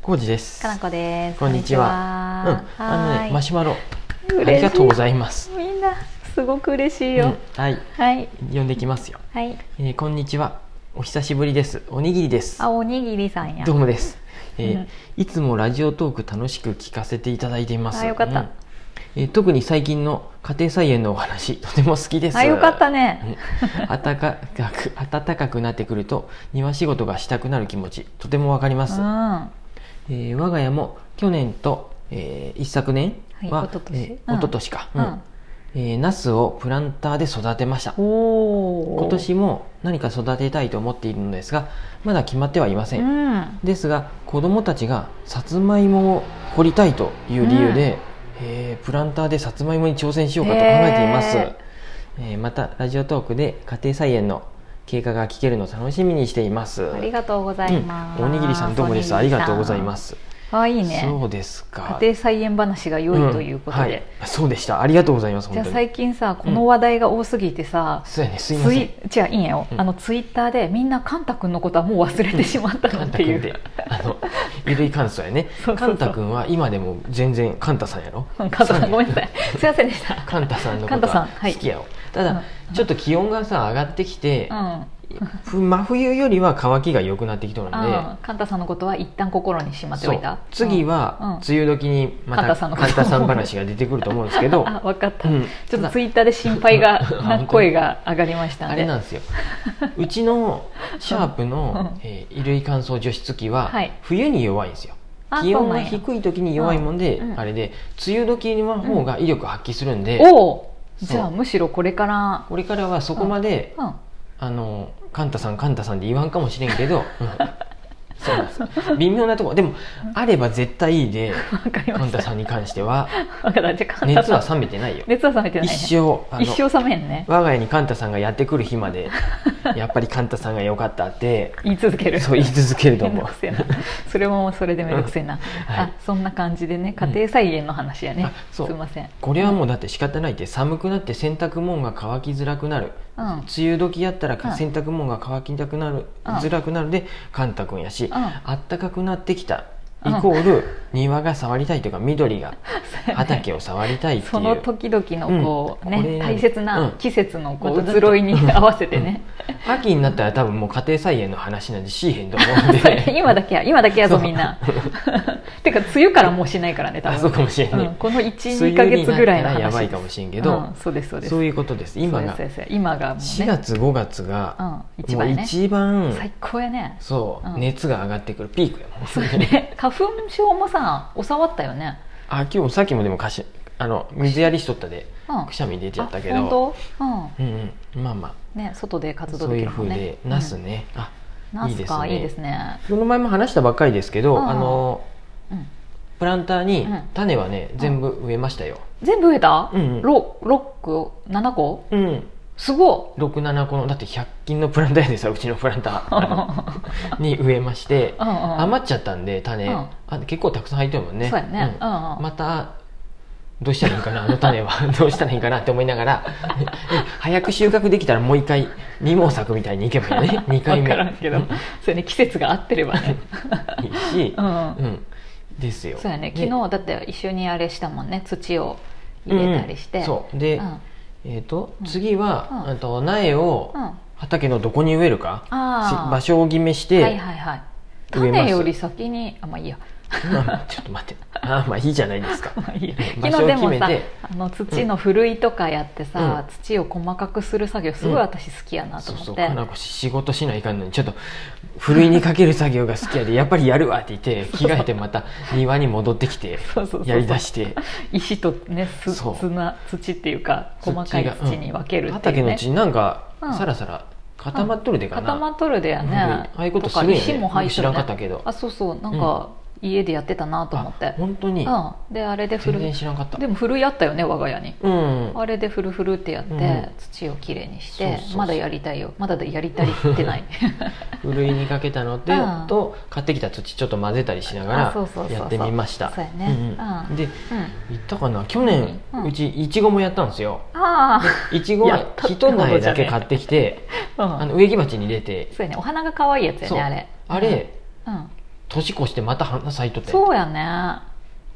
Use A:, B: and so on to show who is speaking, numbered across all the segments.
A: コウジです。
B: かなこです。
A: こんにち
B: は
A: うん、あのね、マシュマロ、あ
B: 嬉しい
A: りがとうございます。
B: みんなすごく嬉しい
A: うん
B: よ。、
A: はい、
B: はい
A: 呼んできますよ。
B: はい。
A: えーこんにちは。お久しぶりです。おにぎりです
B: あ。おにぎりさんや。
A: どうもです。えー
B: うん
A: いつもラジオトーク楽しく聞かせていただいています。
B: あよかった
A: うんえー特に最近の家庭菜園のお話、とても好きです。
B: あよかった
A: うん
B: ね。
A: 暖かく暖かくなってくると庭仕事がしたくなる気持ちとてもわかりま
B: う
A: す、
B: ん。は
A: えー我が家も去年と、えー一昨年は、
B: はい一昨年
A: えー
B: うん
A: 一昨年か、うんえーナスをプランターで育てました
B: うん。おお。
A: 今年も何か育てたいと思っているのですがまだ決まってはいません、
B: うん。
A: ですが子供たちがさつまいもを掘りたいという理由で、えープランターでさつまいもに挑戦しようかと考えています、
B: へ
A: えーまたラジオトークで家庭菜園の経過が聞けるのを楽しみにしています
B: ありがとうございます。。
A: うんおにぎりさんどうもですありがとうございますす
B: あいいね。
A: そうですか
B: 家庭菜園話が良いということ
A: んはい
B: で。、
A: そうでしたありがとうございます
B: じ
A: 本
B: ゃあ
A: 当に
B: 最近さこの話題が多すぎてさ。
A: そうやねす
B: ツ
A: い
B: イ
A: ません
B: じゃあいいんやよ、
A: うん
B: あのツイッターでみんなカンタ君のことはもう忘れてしまった
A: カ
B: なっ
A: ンタ
B: てい
A: 君
B: う、
A: ってあの衣類乾燥やね
B: そうそうそう
A: カンタ君は今でも全然カンタさんやろ
B: カンタさんごめんなさいすいません でした
A: カンタさんの
B: カ
A: こ
B: ン
A: と
B: タさん
A: は
B: はい
A: 好きやよ、ただ
B: うん
A: ちょっと気温がさ上がってきて、
B: うん
A: ふ真冬よりは乾きが良くなってきとるんで、
B: ああカンタさんのことは一旦心にしまって
A: そ
B: お
A: う
B: いた
A: 次
B: うんうん
A: は梅雨時にまた
B: カンタさんのこと
A: カンタさん話が出てくると思うんですけど
B: あ分かった、
A: うん
B: ちょっとツイッターで心配が
A: 本当に
B: な声が上がりました
A: あ
B: ん
A: れ
B: で
A: なんですようち のシャープの
B: うん、
A: えー衣類乾燥除湿機は
B: はい
A: 冬に弱いんですよ
B: あ
A: 気温
B: そうな
A: が
B: んや
A: 低い時に弱いもんで、
B: うんうん
A: あれで梅雨時の方が威力発揮するんで、
B: おお
A: そう
B: じゃあむしろこれから、
A: これからはそこまで、
B: うん、
A: あのカンタさんカンタさんで言わんかもしれんけ ど、うんそうなんです微妙なとこでもあれば絶対いいで
B: 分かりま
A: カン
B: した
A: タさんに関しては
B: 分かったじゃあカンタ
A: 熱
B: さん
A: は冷めてない よ
B: 熱は冷めてない、
A: 一
B: ね、
A: 生あの
B: 一生冷めんね
A: 我が家にカンタさんがやってくる日までやっぱりカンタさんが良かったって
B: 言い続け る
A: そう言い続けると
B: めんど
A: 思う
B: くせえなそれもそれでめんどくせえな、
A: はい
B: あそんな感じでね家庭菜園の話や
A: うんあ
B: ね、
A: そう
B: すいません
A: これはもうだって仕方ないって寒くなって洗濯物が乾きづらくなる、
B: うん
A: 梅雨時やったら
B: うん
A: 洗濯物が乾きたくなる、
B: うん
A: づらくなるでカンタ君やし、
B: ん
A: あったかくなってきた
B: う
A: イ
B: ん
A: コール庭が触りたいというか緑が畑
B: を
A: を触りたいっていう
B: その時々のこう、
A: うんこれ
B: ね大切な季節のこう、
A: うん
B: 移ろいに合わせ てね、
A: 秋になったら多分もう家庭菜園の話なんでしいへんと思うん で
B: 今だけや今だけやぞみんな てか梅雨からもうしないからね多
A: あそう
B: 分
A: かもしれない、
B: うんこの
A: 梅
B: 12
A: 雨
B: か月ぐらいの
A: になったや
B: 話
A: ばいかもしれんけど、
B: うんそうですそうです
A: そういうことです今が
B: そうですそうです今がもうね
A: 4月5月
B: う
A: が
B: ん、一
A: もう
B: 番ね
A: 一番
B: 最高 やね
A: そう、
B: うん
A: 熱が上がってくるピークやもん
B: そうやね花粉症もさ収まったよね、
A: あ今日さっきもでもかしあの水やりしとったで
B: うん、あ
A: くしゃみ出ちゃったけど
B: 本当、うん
A: うんうんまあま
B: ね、外で
A: あ
B: 活動
A: そう
B: でき
A: いう
B: る
A: ふ
B: も
A: うんで
B: ね
A: ナスね、あ
B: うんナスか
A: い
B: い
A: い
B: い
A: で
B: ですすね
A: この前も話したばっかりですけど、
B: うん
A: あの
B: うん
A: プランターに
B: うん
A: 種はね、全部植えましたよ
B: 全部植えた、
A: うんうん
B: ろ六個7個
A: うん
B: すご
A: 67個のだって100均のプランターやでさうちのプランター あのに植えまして
B: い、うんうん
A: 余っちゃったんで種、
B: うん
A: あ結構たくさん入ってるもんね
B: そうやね、
A: う
B: うんんうん
A: またどうしたらいいんかなあの種は どうしたらいいんかなって思いながら 早く収穫できたらもう一回二毛作みたいにいけばいい ね二回目
B: 分からんけど、
A: うん
B: そうやね季節が合ってればね
A: いいし、
B: うん、
A: うんですよ
B: そうやね
A: で
B: 昨日だって一緒にあれしたもんね土を入れたりして、
A: うんそう
B: う
A: で、
B: ん
A: えっ、と
B: うん
A: 次は
B: うん、
A: あと苗を
B: うん、あ
A: 畑のどこに植えるか、
B: あ
A: し
B: ー
A: 場所を決めし
B: はい
A: て、
B: はいはい
A: 植えます
B: 種より先にあまあいいや
A: まあちょっと待ってあーまあいいじゃないですか
B: まあいいや
A: 場
B: 昨
A: 所
B: 日
A: を
B: で
A: 決
B: も
A: め
B: さ
A: て
B: あの土のふるいとかやってさ、土を細かくする作業すごい私好きやなと
A: そう
B: 思って、
A: そうかなこ仕事しないかんのにちょっとふるいにかける作業が好きやでやっぱりやるわって言っ て着替えてまた庭に戻ってきて
B: そうそうそう
A: やりだして
B: 石とねす
A: そう
B: 砂土っていうか細か
A: 土
B: い
A: が
B: 土に分けるってい
A: 畑
B: う
A: の
B: ね
A: うちなんか
B: うん
A: さらさら固まっとるでか
B: 固
A: な
B: まっとるでや
A: うん
B: ね
A: ああいうこと
B: と
A: す
B: か
A: るよね
B: 石も入って
A: 知
B: る
A: らん
B: ね
A: かったけど
B: あそうそうなんか家でやってたなと思って
A: あ本当に
B: うんであれでふ
A: 全
B: る
A: 然知らんかった
B: でもふるいあったよね我が家に
A: うん
B: あれでふるふるってやって、
A: うん
B: 土をきれいにし
A: そ
B: て
A: うそうそう
B: まだやりたいよまだやりたりっ てない
A: ふるいにかけたので
B: うん
A: と買ってきた土ちょっと混ぜたりしなが
B: あそうそ
A: ら
B: うそうそう
A: やってみました
B: そうやね
A: うんうん
B: うん
A: で
B: う
A: 行
B: ん
A: ったかな去年
B: うん
A: うちいちごもやったんですよ
B: あ
A: いちご
B: やっ
A: は
B: たってこと
A: 一
B: じゃね
A: 苗だけ買ってきて
B: あ、
A: あ
B: うん、
A: の植木鉢に入れて
B: そうやねお花が可愛いやつや
A: そう
B: ねあれ
A: あれ
B: うん、うん
A: 年越してまた花咲いとって
B: そうやね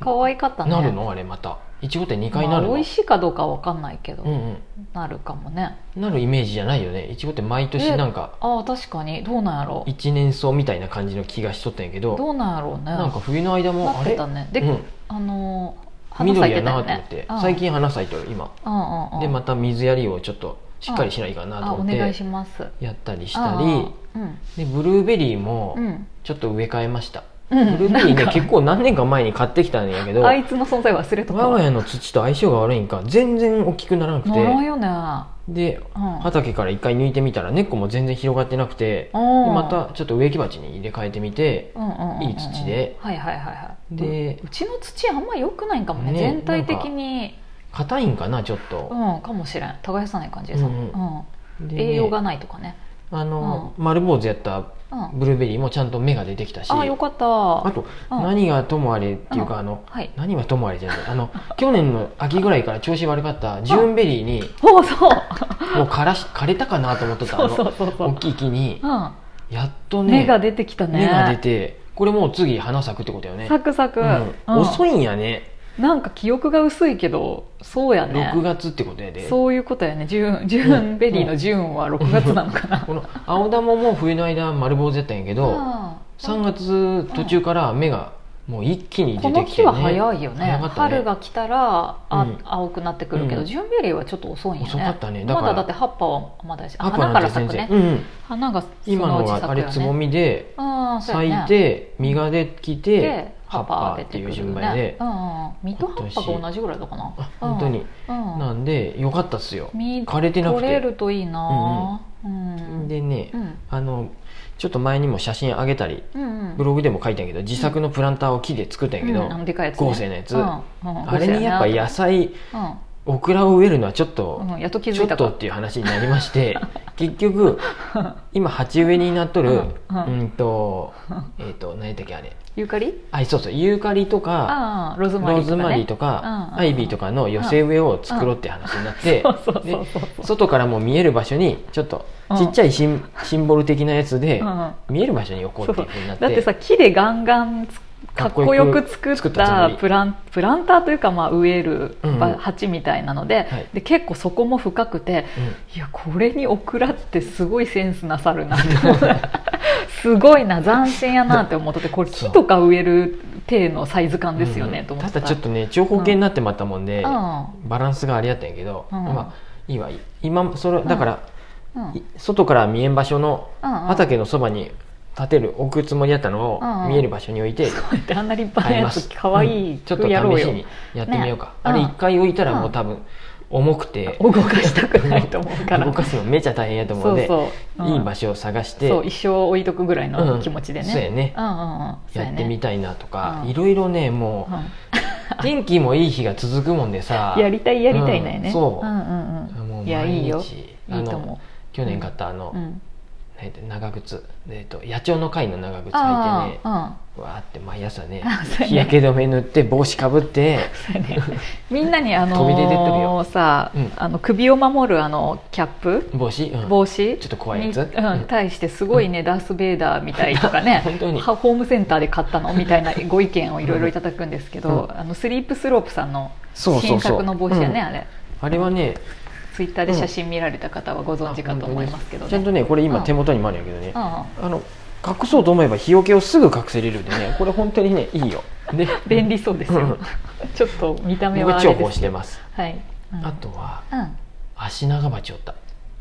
B: 可愛かったね
A: なるのあれまたいちごって2回
B: ま
A: な
B: あ
A: るの、
B: 美味しいかどうかは分かんないけど、
A: うん
B: なるかもね
A: うんなるイメージじゃないよねいちごって毎年なんか
B: ああ確かにどうなんやろう
A: 一年草みたいな感じの気がしとったんやけど
B: どうなんやろうね
A: なんか冬の間も
B: な
A: あ
B: って
A: れ、
B: たねで、
A: うん、
B: あのー花咲
A: 緑
B: いて
A: や
B: た
A: な
B: よ
A: と思
B: ね
A: って、
B: うん
A: 最近花咲いてる今、
B: うんうんうん
A: でまた水やりをちょっとしっかりしないかなと
B: あお
A: 思って、
B: 願いします
A: やったりし
B: う
A: た
B: ん
A: り
B: うん
A: でブルーベリーも
B: うん
A: ちょっと植え替えました、
B: うん
A: ブルーベリー
B: な
A: ね
B: んか
A: 結構何年か前に買ってきたんやけど
B: あいつの存在忘れとった
A: 我が家の土と相性が悪いんか全然大きくならなく
B: ならん
A: て
B: よね
A: で
B: うん
A: 畑から一回抜いてみたら根っこも全然広がってなくてで
B: うん
A: またちょっと植木鉢に入れ替えてみて
B: うんうんうんうん
A: いい土で
B: はいはいはいはい
A: で
B: ううちの土あんま良くないんかもね
A: ね
B: 全体的に
A: 硬いんかなちょっと、
B: うんかもしれん耕さない感じでさ、
A: う
B: うんん
A: でね
B: 栄養がないとかね、
A: あの、丸坊主やった
B: うん、あ
A: ブルーベリーもちゃんと芽が出てきたし
B: よかった
A: あと、
B: うん
A: 何がともあれっていうか、
B: うん
A: あの
B: はい
A: 何はともあれじゃないあの去年の秋ぐらいから調子悪かったジューンベリーに
B: そうそう
A: もう枯らし枯れたかなと思っとった
B: そ
A: あ
B: うそ
A: の
B: うそうそ
A: 大
B: う、
A: きい木に
B: う
A: やっと
B: ん、
A: ね
B: 芽が出てきたね
A: 芽が出てこれもう次花咲くってことよね
B: サクサク、
A: うん
B: うん
A: 遅いんやね
B: なんか記憶が薄いけどそうやね
A: 6月ってことやでこ
B: そういうことやねジューンジューンベリーのジューンは6月なのか な、
A: の青玉も冬の間丸坊主やったんやけど3
B: 三
A: 月途中から芽がもう一気に
B: こ
A: 出
B: の
A: てきて、
B: 木
A: ね、
B: は早いよね
A: 早かったね
B: 春が来たらあ、
A: うん
B: 青くなってくるけど、
A: うん
B: ジューンベリーはちょっと遅いんよね
A: 遅かったねだから
B: まだだって葉っぱはまだやしあ
A: 赤な
B: 花か
A: んて
B: ら咲
A: 全然
B: くね、
A: うんうん
B: 花がそ
A: 今
B: のう
A: の
B: ち咲く
A: はあ
B: よ、ね、
A: れつぼみで
B: あーそう
A: 咲
B: や
A: い
B: ね
A: て実ができて
B: で
A: 葉っぱっていう順番で、
B: うんうんうん、実と葉っぱが同じぐらいだかな
A: あ本当、に
B: うんうん、
A: なんでよかったっすよ
B: 実
A: 枯れてなく
B: 取れ
A: て
B: るといいなぁうん
A: でね
B: うん
A: あのちょっと前にも写真あげたり
B: うんうん
A: ブログでも書いたんやけど自作のプランターを木で作ったんやけど、
B: うんあのでかいやつ、ね、
A: 合成のやつ
B: うんうん
A: あれにやっぱ野菜
B: うん
A: オクラを植えるのはちょっと、
B: うん、やっと気
A: ちょ
B: づい
A: ったと
B: か
A: っていう話になりまして 結局今鉢植えになっとる、う
B: うんんうん
A: とえっ、と何やったっけあれ
B: ユーカリ
A: あそうそうユーカリとか
B: ああローズ
A: ロ
B: マリー
A: ー
B: とか、
A: ズ
B: ね、
A: マリーとか、
B: うん
A: アイビーとかの寄せ植えを作ろうって話になって、
B: そうそうそうそう
A: で外からも見える場所にちょっと
B: うん
A: ちっちゃいシン,、シンボル的なやつで、
B: うん
A: 見える場所に置こうっていうふうになって
B: だってさ木でガンガンつ
A: か
B: か
A: っ
B: っ
A: こ
B: こ
A: よ
B: よ
A: く
B: く作っ
A: 作ったつも
B: た
A: り
B: プランプランターというか、まあ、植える
A: うんうん
B: ば鉢みたいなので,、
A: はい
B: で結構そこも深くて
A: うん
B: いやこれにオクラってすごいセンスなさるなって すごいな斬新やなって思っててこれ
A: そう
B: 木とか植える手のサイズ感ですよね、
A: うん
B: と思
A: た
B: って
A: だちょっとね長方形になってまったもんで、
B: うん
A: バランスがあれやったんやけど、
B: うん
A: まあいいわいい今それだから、
B: うん
A: い外から見えん場所の
B: うんうん
A: 畑のそばに建てる置くつもりやったのを、
B: うんうん
A: 見える場所に置いて
B: こうやってあんな立派
A: 買
B: ないや
A: ま
B: つ
A: す
B: かわいい、
A: うんちょっと試
B: やろう
A: し
B: よ
A: にやってみようか、
B: ね
A: あれ
B: うん
A: 一回置いたらもううん多分重くて、
B: 動かしたくないと思うから
A: 動かすのめちゃ大変やと思う
B: そ
A: の
B: う
A: で
B: そう、うん
A: いい場所を探して
B: そう一生置いとくぐらい
A: うん
B: の気持ちでね、
A: そうやね
B: うんうんうんそう
A: や
B: や
A: ってみ
B: ね
A: たいなとか、
B: うん
A: いろいろねもう、天気もいい日が続くもんでさ
B: うんやり たいやりたいなんやね、
A: うんそうん
B: うん
A: も
B: う
A: うん
B: いやいいよ
A: 毎日あの
B: いいと思
A: 去年買ったあの、
B: う、うん、
A: なんて長靴、えっと野鳥の会の長靴履いて
B: あ
A: ね
B: あ
A: わーって毎朝ね
B: あそうやね
A: 日焼け止め塗って帽子かぶ って
B: うんそうやねみんなにあのー
A: 飛び出てってるよ
B: さ、
A: うん
B: あの首を守るあのキャップ
A: 帽子、うん
B: 帽子
A: ちょっと怖いやつ
B: にうん、対してすごいね、ダース・ベイダーみたいとかね
A: 本当に
B: はホームセンターで買ったのみたいなご意見をいろいろいただくんですけど、あのスリープスロープさんの
A: そうそうそう
B: 新作の帽子やね
A: うん
B: あれ
A: あれはね
B: ツイッターで写真見られた方はご存知かと思いますけど
A: ちゃんと
B: ね。
A: ねこれ今
B: うん
A: 手元にもあるんやけどね、
B: うん
A: あの隠そうと思えば日よけをすぐ隠せれるんでねこれ本当にねいいよで
B: 便利そうです
A: う
B: よ
A: ん。
B: ちょっと見た目
A: 僕
B: はあ
A: 重
B: れで
A: 宝
B: す
A: し。てます、
B: はい。うん
A: あとは
B: うん。
A: 足長鉢おった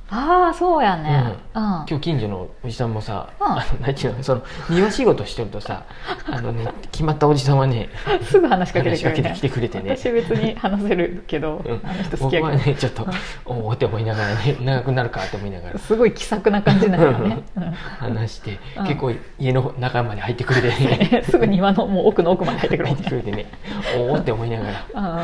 B: ああそうやね。うん。
A: 今日近所のおじさんもさ、
B: うん
A: あの何ていうのその庭仕事してると さあの、ね、決まったおじさんはね
B: すぐ話しかけてくれる
A: 話しかけてきてくれてね
B: 私別に話せるけど
A: うん、
B: あの人好き
A: 僕
B: や
A: は
B: け
A: ねちょっとおおって思いながらね長くなるかと思いなが
B: ど。
A: ら
B: すごい気さくな感じなんよ ね。うん
A: 話して、
B: うん
A: 結構家の中まで入ってくれてね
B: すぐ庭のもう奥の奥まで 入ってくる
A: 入ってくれてねおおって思いながら
B: うん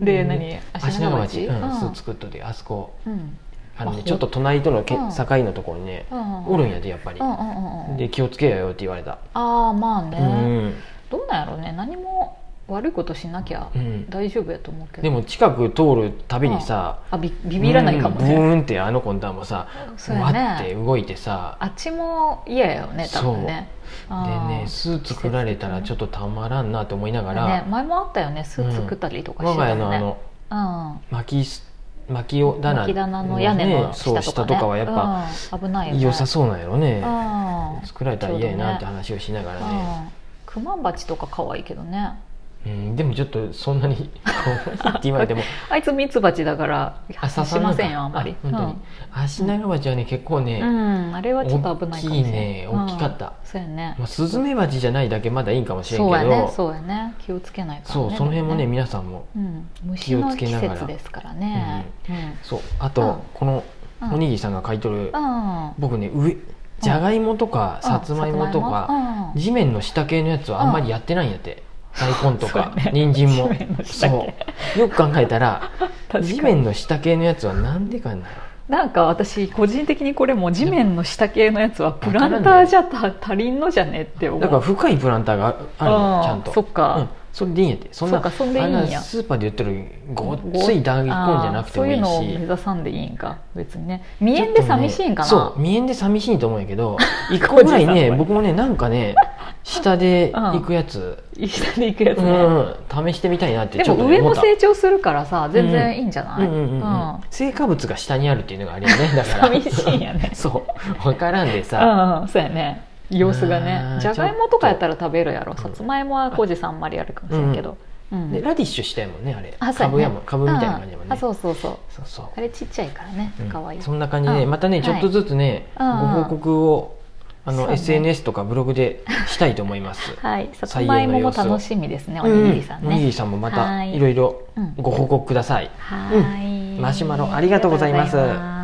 B: うんで何
A: 足
B: 足
A: 長
B: 長
A: 町
B: 町
A: うん
B: うん
A: そう作っとってあそこ
B: うん
A: あの、ね、
B: あ
A: ちょっと隣とのけ境
B: うん
A: のところにね
B: うん
A: おるんやでやっぱり
B: うんうんうんうん
A: で気をつけよよって言われた
B: ああまあ
A: う
B: ね
A: ん
B: どうなんやろうね何も悪いことしなきゃ
A: うん
B: 大丈夫やと思うけど、
A: でも近く通るたびにさ
B: あびビビらないかもね、
A: うんブーンってあのコンタンもさ
B: そう
A: わ
B: や
A: っ
B: ね
A: て動いてさ
B: あっちも嫌やよね多分ね
A: でねスーツ作られたらちょ
B: っ
A: っとたまらんなと思いな
B: と
A: がら、
B: 前もあったよねスーツ作ったりとか
A: 我
B: して
A: が
B: た
A: 家
B: よ
A: のあ
B: ね
A: の
B: うん
A: 薪す薪を棚
B: 巻き棚の屋根の
A: そう
B: 下
A: 下
B: とか,、ね
A: とかはやっぱ、
B: うん危ないよね
A: 良さそうなんやろね
B: うん
A: 作られたら嫌やなって話をしながらね、
B: うんクマンバチとか可愛いけどね
A: うん、でもちょっとそんなに可愛い って言われても
B: あいつミツバチだから
A: あ
B: 発しませんよあんまり
A: 本当に、アシナガバチはね結構
B: う
A: ね、
B: ん、うんあれはちょっと危ないかもしれ
A: 大き
B: ない
A: いね大きかった
B: そうやね
A: まあ、スズメバチじゃないだけまだいいんかもしれん
B: そう
A: け
B: や
A: ど
B: ねそうやね気をつけないからね
A: そうその辺もね
B: で
A: 皆さんも
B: うん、虫
A: 気を
B: の
A: つけ
B: 季
A: ながら
B: 節ですからね、うん
A: そうあ
B: う
A: と
B: ん
A: この
B: うん
A: おにぎりさんが買い取る
B: うん
A: 僕ね上じゃがいもとかさつまいもとか
B: うん
A: 地面の下系のやつはあんまりやってないんやって大根とか
B: そうね
A: 人参も
B: 地面の下系
A: そうよく考えたら
B: 確かに
A: 地面の下系のやつはなんでかな
B: なんか私個人的にこれもう地面の下系のやつはプランターじゃた足りんのじゃねって思う
A: だから深いプランターがあるの
B: うん
A: ちゃんと
B: そっか
A: うんそれでいいんやってそんな
B: そっかそんでいいんや
A: あなスーパーで売ってるごっつい大根じゃなくてもいい
B: あーそういうのを
A: し
B: 目指さんでいいんか別にね未縁で寂しいんかな、
A: ちょっとねそう未縁で寂しいと思うんやけ ど一個ぐらい
B: おじい
A: ね
B: さん
A: 僕もねなんか ね下で行くやつ、
B: 下で行くやつ
A: う
B: ね、
A: ん試してみたいなって
B: で
A: ちょっと
B: も
A: ね
B: 上
A: 思っ
B: も
A: た
B: 成長するからさ全然いいんじゃ
A: う
B: ない、
A: んうんうんうん成果物が下にあるっていうのがある よねだから
B: 寂しいんやね
A: そう分からんでさ、
B: うんうんそうやね様子が
A: あ
B: ね
A: ー
B: じゃがいもとかやったら食べるやろ
A: ちょっと
B: さつまいもは浩二さんあんまりやるかもしれんけど、うん
A: でラディッシュしたやもんねあれ
B: あそうやね
A: 株やもん株みたいな感じやもんね、
B: うあそうそうそう
A: そうそう
B: あれちっちゃいからね
A: うん
B: 可愛いい、
A: そんな感じで
B: うん
A: またねちょっとずつね、
B: はい
A: ご報告をあ
B: そ
A: の、
B: うね
A: SNS とかブログでしたいと思います、
B: はいさつまいもも楽しみですねお
A: うん
B: にぎりさんね、
A: おにぎりさんもまた
B: はい
A: いろいろ
B: うん
A: ご報告ください
B: はーい、
A: マシュマロありがとうございます
B: ありがとうございます